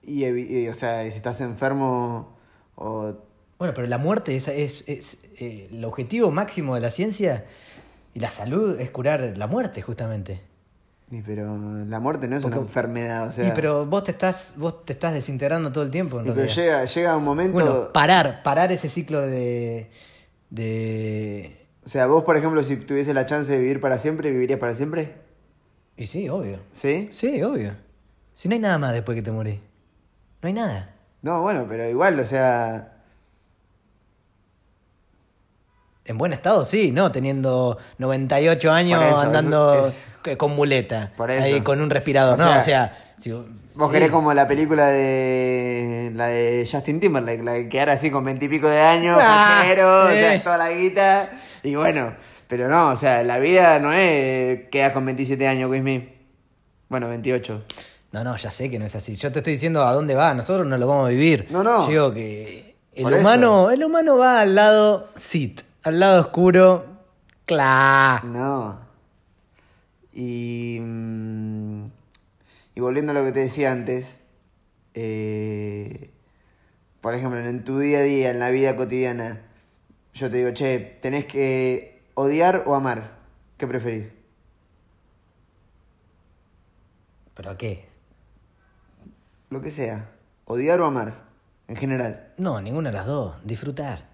B: y, evi- y, o sea, si estás enfermo o...
A: Bueno, pero la muerte es, es- es, eh, el objetivo máximo de la ciencia y la salud es curar la muerte, justamente.
B: y pero la muerte no es una
A: Porque-
B: enfermedad, o sea...
A: y pero vos te estás, vos te estás desintegrando todo el tiempo.
B: y
A: En
B: pero
A: realidad.
B: llega, llega un momento...
A: Bueno, parar, parar ese ciclo de. de.
B: o sea, vos, por ejemplo, si tuviese la chance de vivir para siempre, ¿vivirías para siempre?
A: Y sí, obvio.
B: ¿Sí?
A: Sí, obvio. Si no hay nada más después que te morís. No hay nada.
B: No, bueno, pero igual, o sea...
A: En buen estado, sí, ¿no? Teniendo 98 años
B: Por eso,
A: andando
B: es-
A: con muleta.
B: Por eso.
A: Ahí con un respirador. no,
B: O sea,
A: o sea. si vos-
B: Vos
A: sí.
B: querés como la película de... La de Justin Timberlake, la de quedar así con veintipico de años,
A: Ah,
B: fachero,
A: sí.
B: o sea, toda la guita. Y bueno, pero no, o sea, la vida no es... Quedas con 27 años, Quismi. Bueno, 28.
A: No, no, ya sé que no es así. Yo te estoy diciendo a dónde va, nosotros no lo vamos a vivir.
B: No, no.
A: Yo Digo que el
B: Por eso.
A: humano, el humano va al lado sit, al lado oscuro. Claro.
B: No. Y. mm, Y volviendo a lo que te decía antes. eh, por ejemplo, en tu día a día, en la vida cotidiana, yo te digo, che, tenés que odiar o amar. ¿Qué preferís?
A: ¿Pero qué?
B: Lo que sea. Odiar o amar, en general.
A: No, ninguna de las dos. Disfrutar.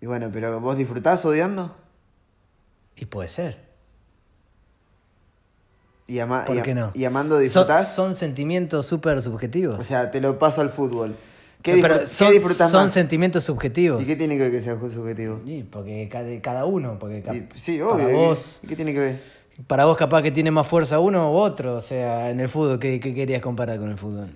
B: Y bueno, pero ¿vos disfrutás odiando?
A: Y puede ser.
B: ¿Y, ama-
A: ¿Por
B: y a-
A: qué no?
B: y amando
A: Son-
B: disfrutás?
A: Son, sentimientos súper
B: O
A: subjetivos.
B: sea, te lo paso al fútbol. ¿Qué,
A: Pero
B: disfrut- qué
A: son,
B: disfrutás
A: son
B: más?
A: sentimientos subjetivos.
B: ¿Y qué tiene que ver que sea subjetivo?
A: Sí, porque cada, cada uno, porque ca-
B: Y- sí, obvio.
A: para
B: ¿y-
A: vos,
B: ¿Qué tiene que ver?
A: para vos capaz que tiene más fuerza uno u otro, o sea, en el fútbol, ¿qué, qué querías comparar con el fútbol?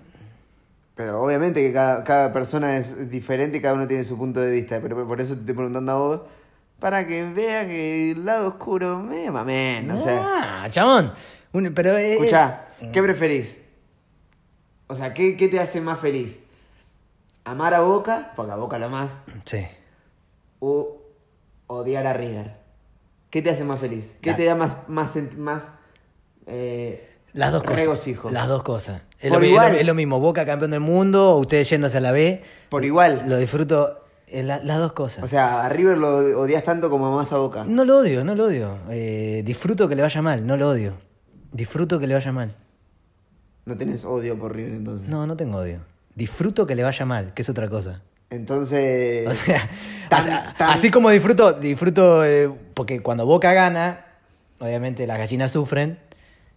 B: Pero obviamente que cada, cada persona es diferente y cada uno tiene su punto de vista. Pero por eso te estoy preguntando a vos. Para que veas que el lado oscuro me mamén. O sea,
A: Ah, chabón. Un- pero es-
B: escuchá, ¿qué preferís? O sea, ¿qué, qué te hace más feliz? ¿Amar a Boca? Porque a Boca lo más.
A: Sí.
B: ¿O odiar a River? ¿Qué te hace más feliz? ¿Qué te da más. más, sent- más eh,
A: Las dos cosas.
B: Regocijo.
A: Las dos cosas. Es, lo,
B: Por
A: mi- es lo-
B: igual.
A: es lo mismo, Boca campeón del mundo, ustedes yéndose a la B.
B: Por igual.
A: Lo disfruto, eh, la- las dos cosas.
B: O sea, a River lo odias tanto como más a Boca.
A: No lo odio, no lo odio. Eh, disfruto que le vaya mal, no lo odio. Disfruto que le vaya mal.
B: No tenés odio por River entonces.
A: No, no tengo odio. Disfruto que le vaya mal, que es otra cosa.
B: Entonces.
A: O sea,
B: Tan-
A: o sea,
B: tan-
A: así como disfruto, disfruto, eh, porque cuando Boca gana, obviamente las gallinas sufren,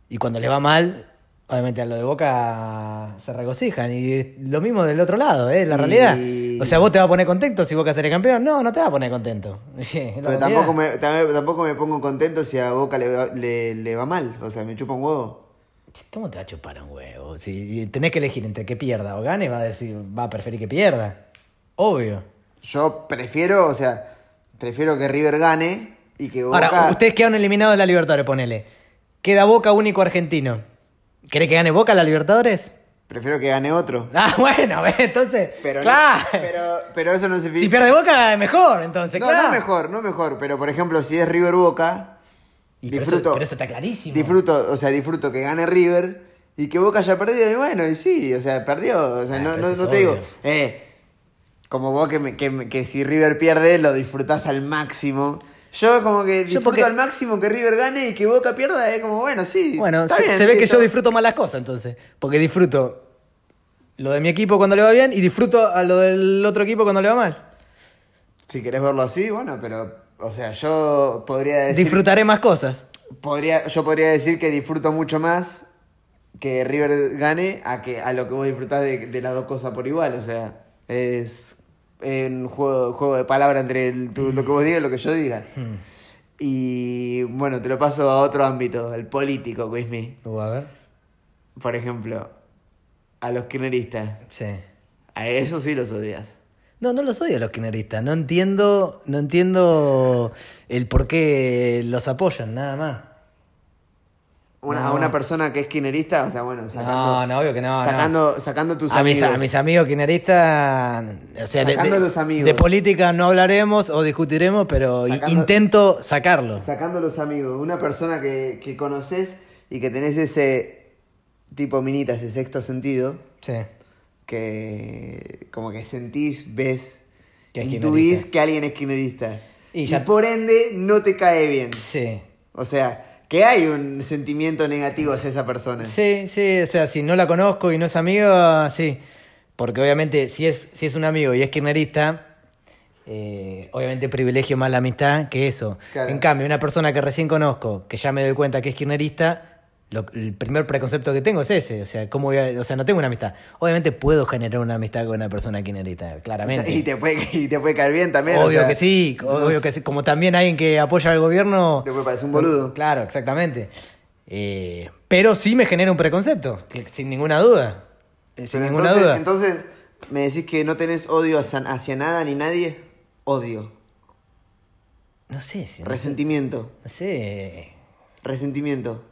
A: y cuando les va mal, obviamente a lo de Boca se regocijan, y es lo mismo del otro lado, ¿eh? La
B: Y-
A: realidad. O sea, vos te vas a poner contento si Boca sale campeón, no, no te vas a poner contento. Sí, es la
B: pero
A: realidad.
B: tampoco me, tam- tampoco me pongo contento si a Boca le, va- le, le va mal. O sea, me chupa un huevo.
A: ¿Cómo te va a chupar un huevo? Si tenés que elegir entre que pierda o gane, va a decir, va a preferir que pierda. Obvio.
B: Yo prefiero, o sea, prefiero que River gane y que Boca.
A: Ahora, ustedes quedaron eliminados de la Libertadores, ponele. Queda Boca único argentino. ¿Querés que gane Boca la Libertadores?
B: Prefiero que gane otro.
A: Ah, bueno, ¿ves? entonces.
B: Pero, no-
A: claro.
B: pero, pero eso no significa.
A: si pierde Boca, mejor, entonces,
B: no,
A: claro.
B: no mejor, no mejor. Pero por ejemplo, si es River Boca,
A: Y pero eso-
B: disfruto.
A: Pero eso, está clarísimo.
B: Disfruto, o sea, disfruto que gane River y que Boca haya perdido. Y bueno, y sí, o sea, perdió. O sea,
A: Ah,
B: no,
A: pero
B: no,
A: eso
B: no
A: es
B: te digo,
A: obvio.
B: eh, como vos que, me- que, me- que si River pierde lo disfrutás al máximo. Yo como que disfruto
A: porque-
B: al máximo que River gane y que Boca pierda, es como bueno, sí.
A: Bueno,
B: está
A: se,
B: bien,
A: se ve
B: sí,
A: que
B: está-
A: yo disfruto más las cosas, entonces. Porque disfruto lo de mi equipo cuando le va bien y disfruto a lo del otro equipo cuando le va mal.
B: Si querés verlo así, bueno, pero. O sea, yo podría decir.
A: Disfrutaré más cosas.
B: Podría, yo podría decir que disfruto mucho más que River gane a que a lo que vos disfrutás de, de las dos cosas por igual. O sea, es eh, un juego, juego de palabras entre el- tú- lo que vos digas y lo que yo diga.
A: Hmm.
B: Y bueno, te lo paso a otro ámbito, el político, Quismi.
A: Uh, a ver.
B: Por ejemplo, a los kirchneristas.
A: Sí.
B: A ellos sí los odias.
A: No, no los odio a los kirchneristas. No entiendo, no entiendo el por qué los apoyan, nada más.
B: Una, A una persona que es kirchnerista, o sea, bueno, sacando,
A: No, no, obvio que no,
B: Sacando, sacando tus
A: A mis,
B: amigos.
A: a mis amigos kirchneristas, o sea, de,
B: Sacando
A: de-
B: los amigos.
A: de política no hablaremos o discutiremos, pero
B: Sacando-
A: intento sacarlo.
B: Sacando los amigos. Una persona que, que conoces y que tenés ese tipo minita, ese sexto sentido,
A: Sí.
B: que como que sentís, ves,
A: Que es
B: intuís
A: kirchnerista.
B: que alguien es kirchnerista.
A: Y
B: Y,
A: ya-
B: por ende no te cae bien.
A: Sí.
B: O sea, que hay un sentimiento negativo hacia esa persona.
A: Sí, sí, o sea, si no la conozco y no es amigo, sí. Porque obviamente, si es, si es un amigo y es kirchnerista, eh, obviamente privilegio más la amistad que eso.
B: Claro.
A: En cambio, una persona que recién conozco, que ya me doy cuenta que es kirchnerista, lo- el primer preconcepto que tengo es ese. O sea, ¿cómo voy a- o sea, no tengo una amistad. Obviamente puedo generar una amistad con una persona kirchnerista, claramente.
B: Y te puede, y te puede caer bien también. o
A: Obvio
B: sea,
A: que sí,
B: no
A: obvio que sí. Como también alguien que apoya al gobierno.
B: Te puede parecer un boludo.
A: Claro, exactamente. Eh, pero sí me genera un preconcepto, que- sin ninguna duda. Eh, Sin
B: Pero
A: ninguna
B: entonces,
A: duda.
B: Entonces, me decís que no tenés odio hacia, hacia nada ni nadie. Odio.
A: no sé, si- no
B: Resentimiento.
A: sé.
B: Resentimiento.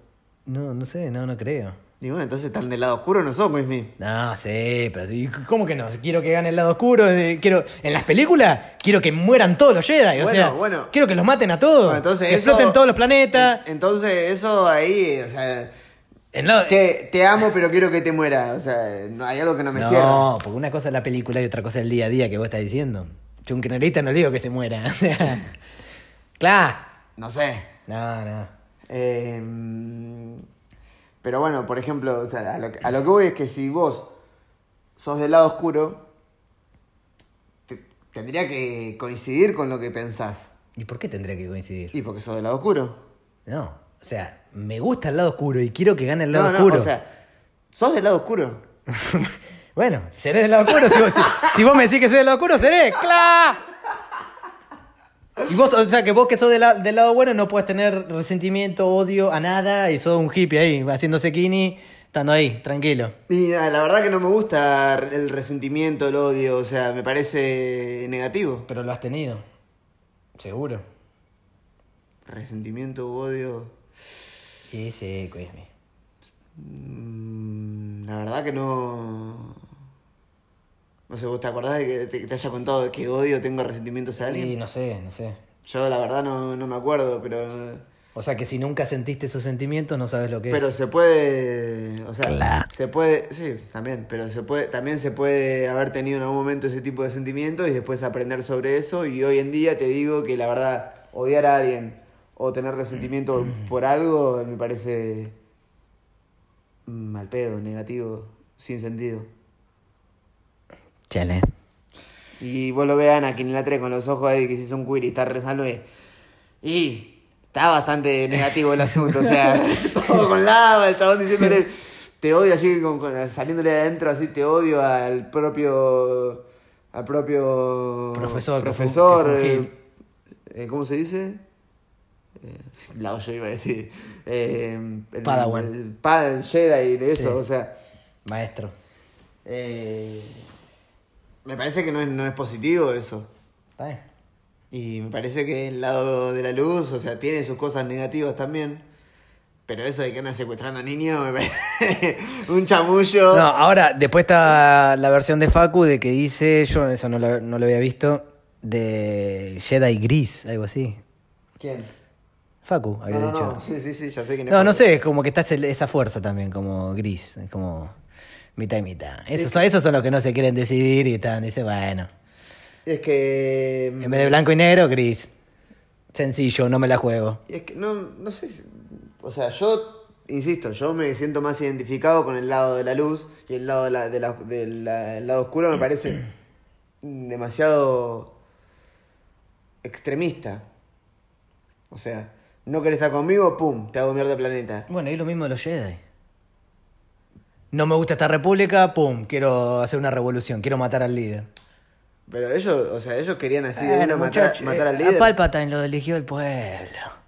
A: No, no sé, no, no creo.
B: Y bueno, entonces están del lado oscuro, no somos, mi.
A: No, sí, pero sí, ¿cómo que no? Quiero que gane el lado oscuro, eh, quiero. En las películas, quiero que mueran todos los Jedi. o
B: Bueno,
A: sea,
B: bueno.
A: quiero que los maten a todos.
B: Bueno, entonces
A: que
B: eso- eh,
A: exploten todos los planetas.
B: Entonces, eso ahí, o sea.
A: En lo-
B: Che, te amo, pero quiero que te muera. O sea, no, hay algo que no me
A: no,
B: cierra.
A: porque una cosa es la película y otra cosa es el día a día que vos estás diciendo. Yo a un kirchnerista no le digo que se muera. O sea. claro.
B: No sé.
A: No, no.
B: Eh, pero bueno, por ejemplo, o sea, a, lo, que- a lo que voy es que si vos sos del lado oscuro, te- tendría que coincidir con lo que pensás.
A: ¿Y por qué tendría que coincidir?
B: Y porque sos del lado oscuro.
A: No, o sea, me gusta el lado oscuro y quiero que gane el lado
B: no,
A: oscuro.
B: no, o sea, sos del lado oscuro.
A: bueno, seré del lado oscuro. Si vos, si, si vos me decís que soy del lado oscuro, seré. ¡Claro! Y vos, o sea, que vos que sos de la- del lado bueno no puedes tener resentimiento, odio a nada y sos un hippie ahí, haciéndose kini, estando ahí, tranquilo.
B: Y nada, la verdad que no me gusta el resentimiento, el odio, o sea, me parece negativo.
A: Pero lo has tenido. Seguro.
B: Resentimiento, odio.
A: Sí, sí, cuídame.
B: mm, La verdad que no. No sé, ¿vos te acordás de que te, te haya contado que odio, tengo resentimientos a alguien?
A: Y no sé, no sé.
B: Yo la verdad no, no me acuerdo, pero.
A: O sea, que si nunca sentiste esos sentimientos, no sabes lo que es.
B: Pero se puede. O sea,
A: Claro.
B: se puede. Sí, también. Pero se puede. También se puede haber tenido en algún momento ese tipo de sentimientos y después aprender sobre eso. Y hoy en día te digo que la verdad, odiar a alguien o tener
A: Mm.
B: resentimiento por algo me parece. mm, mal pedo, negativo, sin sentido.
A: Chale.
B: Y vos lo vean a quien la trae con los ojos ahí que si es un queer y está rezando y- Y está bastante negativo el asunto, o sea, todo con lava, el chabón diciéndole, te odio así, con- con- saliéndole de adentro así, te odio al propio... Al propio...
A: Profesor, que fue un-
B: Profesor.
A: que fue un
B: eh, eh, ¿Cómo se dice? Eh, la yo iba a decir. Eh, el-
A: Padawan.
B: El, pa- el Jedi, de eso,
A: Sí.
B: o sea...
A: Maestro.
B: eh, me parece que no es- no es positivo eso.
A: Está bien.
B: Y me parece que el lado de la luz, o sea, tiene sus cosas negativas también. Pero eso de que andan secuestrando niños, me parece un chamullo.
A: No, ahora, después está la versión de Facu de que dice, yo eso no lo, no lo había visto, de Jedi Gris, algo así.
B: ¿Quién?
A: Facu había
B: No, no,
A: dicho.
B: no, sí, sí, sí, ya sé quién es.
A: No, no, sé, como que está ese- esa fuerza también, como gris, es como mitad y mitad. Esos, son, esos son los que no se quieren decidir y están, dice, bueno,
B: Es que...
A: en vez de blanco y negro, gris. Sencillo, no me la juego.
B: Es que no, no sé, si- o sea, yo, insisto, yo me siento más identificado con el lado de la luz y el lado de la, de la- de la- el lado oscuro me parece demasiado extremista. O sea, no querés estar conmigo, pum, te hago mierda de planeta.
A: Bueno, y lo mismo de los Jedi. No me gusta esta república, pum, quiero hacer una revolución, quiero matar al líder.
B: Pero ellos, o sea, ellos querían así de
A: Bueno,
B: una matar,
A: muchacho,
B: matar
A: eh,
B: al
A: A
B: líder.
A: Palpatine lo eligió el pueblo.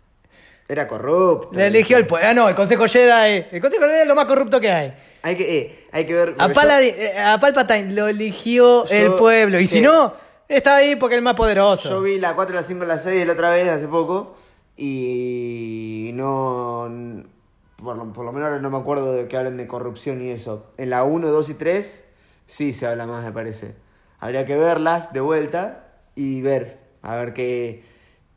B: Era corrupto.
A: Lo eligió el pueblo. Ah, no, el Consejo Jedi. El Consejo Jedi es lo más corrupto que hay.
B: Hay que, eh, hay que ver.
A: A,
B: porque yo-
A: Paladi- eh, a Palpatine lo eligió
B: Yo-
A: el pueblo. Y si
B: sí.
A: no, Está ahí porque es el más poderoso.
B: Yo vi la 4, la 5, la 6 la otra vez, hace poco, y no... Por lo, por lo menos ahora no me acuerdo de que hablen de corrupción y eso. En la 1, 2 y 3 sí se habla más, me parece. Habría que verlas de vuelta y ver, a ver qué,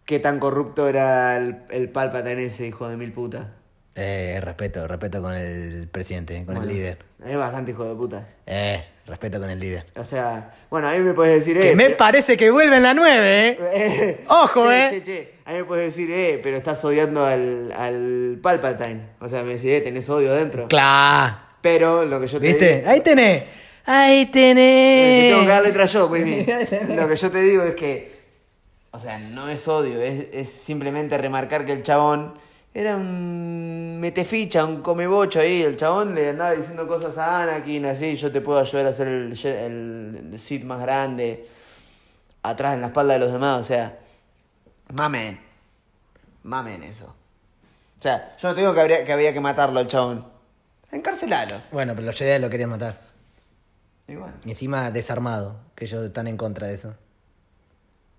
B: qué tan corrupto era el, el Palpatine ese hijo de mil putas.
A: Eh, respeto, respeto con el presidente, con el líder.
B: Es bastante hijo de puta.
A: Eh, respeto con el líder.
B: O sea, bueno, a mí me puedes decir, eh.
A: Que me
B: pero-
A: parece que vuelve en la 9, ¿eh? Ojo,
B: che,
A: eh.
B: Che, che. A mí me puedes decir, eh, pero estás odiando al, al Palpatine. O sea, me decís, eh, tenés odio dentro.
A: Claro.
B: Pero lo que yo te
A: ¿Viste?
B: digo.
A: Ahí tenés. Ahí
B: Te
A: tenés.
B: tengo que dar letra yo, pues bien. Lo que yo te digo es que. O sea, no es odio, es, es simplemente remarcar que el chabón era un meteficha, un comebocho ahí. El chabón le andaba diciendo cosas a Anakin, así, yo te puedo ayudar a ser el, je- el Sith más grande, atrás en la espalda de los demás, o sea. Mamen. Mamen eso. O sea, yo no tengo que habría que, había que matarlo al chabón. Encarcelalo.
A: Bueno, pero los Jedi lo querían matar.
B: Igual.
A: Y encima desarmado, que ellos están en contra de eso.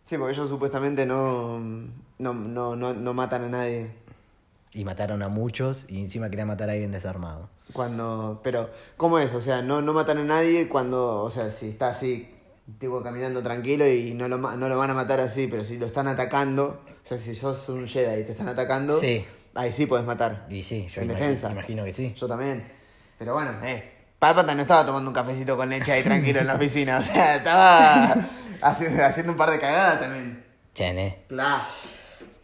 B: Sí, porque ellos supuestamente no, no, no, no, no matan a nadie.
A: Y mataron a muchos y encima querían matar a alguien desarmado.
B: Cuando. Pero, ¿cómo es? O sea, no, no matan a nadie cuando. O sea, si está así, tipo caminando tranquilo y no lo, ma- no lo van a matar así, pero si lo están atacando. O sea, si sos un Jedi y te están atacando.
A: Sí.
B: Ahí sí podés matar.
A: Y sí, yo
B: en
A: imagi-
B: defensa.
A: imagino que sí.
B: Yo también. Pero bueno, eh. Palpatine no estaba tomando un cafecito con leche ahí tranquilo en la oficina. O sea, estaba haciendo, haciendo un par de cagadas también.
A: Chene.
B: Claro.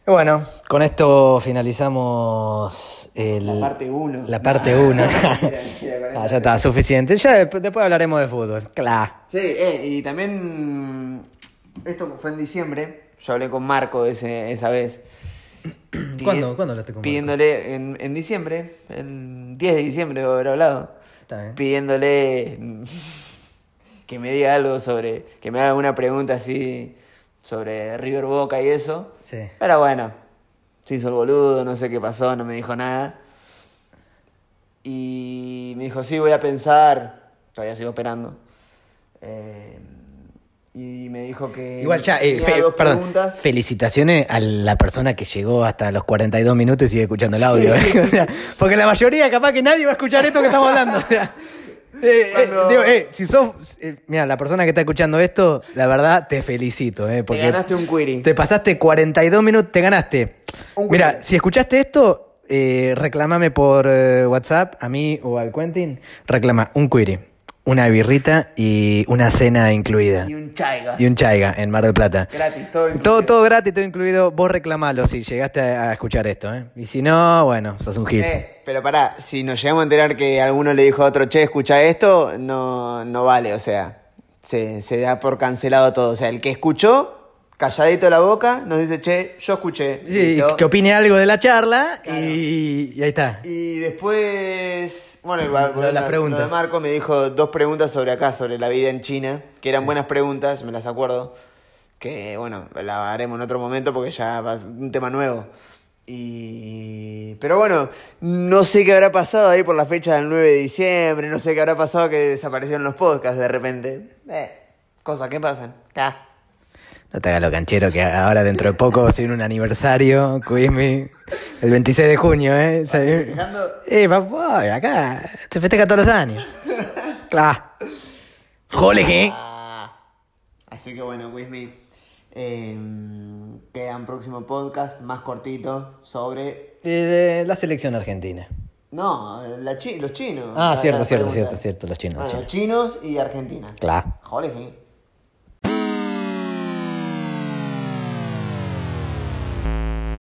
A: Bueno, con esto finalizamos el-
B: La parte uno.
A: Mm. La parte 1.
B: Mira, mira, con
A: ah,
B: esta-
A: ya está, suficiente. Ya desp- después hablaremos de fútbol. Claro.
B: Sí, eh, y también mm, esto fue en diciembre. Yo hablé con Marco ese- esa vez. Pide-
A: ¿Cuándo? ¿Cuándo hablaste con Marco?
B: Pidiéndole en, en diciembre, el 10 de diciembre debo haber hablado,
A: Está bien.
B: pidiéndole mm, que me diga algo sobre, que me haga alguna pregunta así sobre River Boca y eso.
A: Sí.
B: Pero bueno, se hizo el boludo, no sé qué pasó, no me dijo nada. Y me dijo, sí, voy a pensar. Todavía sigo esperando. Eh, y me dijo que...
A: Igual ya, eh,
B: tenía
A: fe-
B: dos
A: perdón,
B: preguntas.
A: felicitaciones a la persona que llegó hasta los 42 minutos y sigue escuchando el audio.
B: Sí,
A: ¿eh? O sea, porque la mayoría, capaz que nadie va a escuchar esto que estamos hablando. o sea, eh, eh,
B: Cuando-
A: digo, eh, si sos, mira, la persona que está escuchando esto, la verdad te felicito, eh, porque
B: Te ganaste un query.
A: te pasaste 42 minutos, te ganaste.
B: Un
A: Mira,
B: query.
A: si escuchaste esto, eh, reclamame por eh, WhatsApp a mí o al Quentin, reclama un query, una birrita y una cena incluida.
B: Y un chaiga.
A: Y un chaiga en Mar del Plata.
B: Gratis, todo
A: Todo,
B: incluido.
A: todo gratis, todo incluido. Vos reclamalo si llegaste a, a escuchar esto, ¿eh? Y si no, bueno, sos un hit.
B: Eh, pero pará, si nos llegamos a enterar que alguno le dijo a otro, che, escucha esto, no, no vale, o sea, se, se da por cancelado todo. O sea, el que escuchó, calladito la boca, nos dice, che, yo escuché.
A: Sí,
B: listo.
A: que opine algo de la charla y, y ahí está.
B: Y después,
A: Lo
B: bueno,
A: de
B: igual, volviendo
A: las
B: a-
A: preguntas.
B: lo de Marco me dijo dos preguntas sobre acá, sobre la vida en China, que eran buenas preguntas, me las acuerdo, que bueno, la haremos en otro momento porque ya va a ser un tema nuevo. Y... Pero bueno, no sé qué habrá pasado ahí por la fecha del 9 de diciembre, no sé qué habrá pasado que desaparecieron los podcasts de repente. Eh, cosas que pasan. Ah.
A: No te hagas lo canchero que ahora dentro de poco va a ser un aniversario, Cuismi. El 26 de junio, ¿eh? ¿Sabés?
B: festejando?
A: Eh, papá, acá se festeja todos los años. Claro. Jole, ¿eh?
B: Ah. Así que bueno, Wismi. eh, queda un próximo podcast más cortito sobre.
A: Eh, La selección argentina.
B: No, la chi- los chinos.
A: Ah,
B: La-
A: cierto,
B: las
A: cierto,
B: preguntas.
A: cierto, cierto, los chinos, los
B: Bueno, chinos y Argentina.
A: Claro.
B: Joder, sí.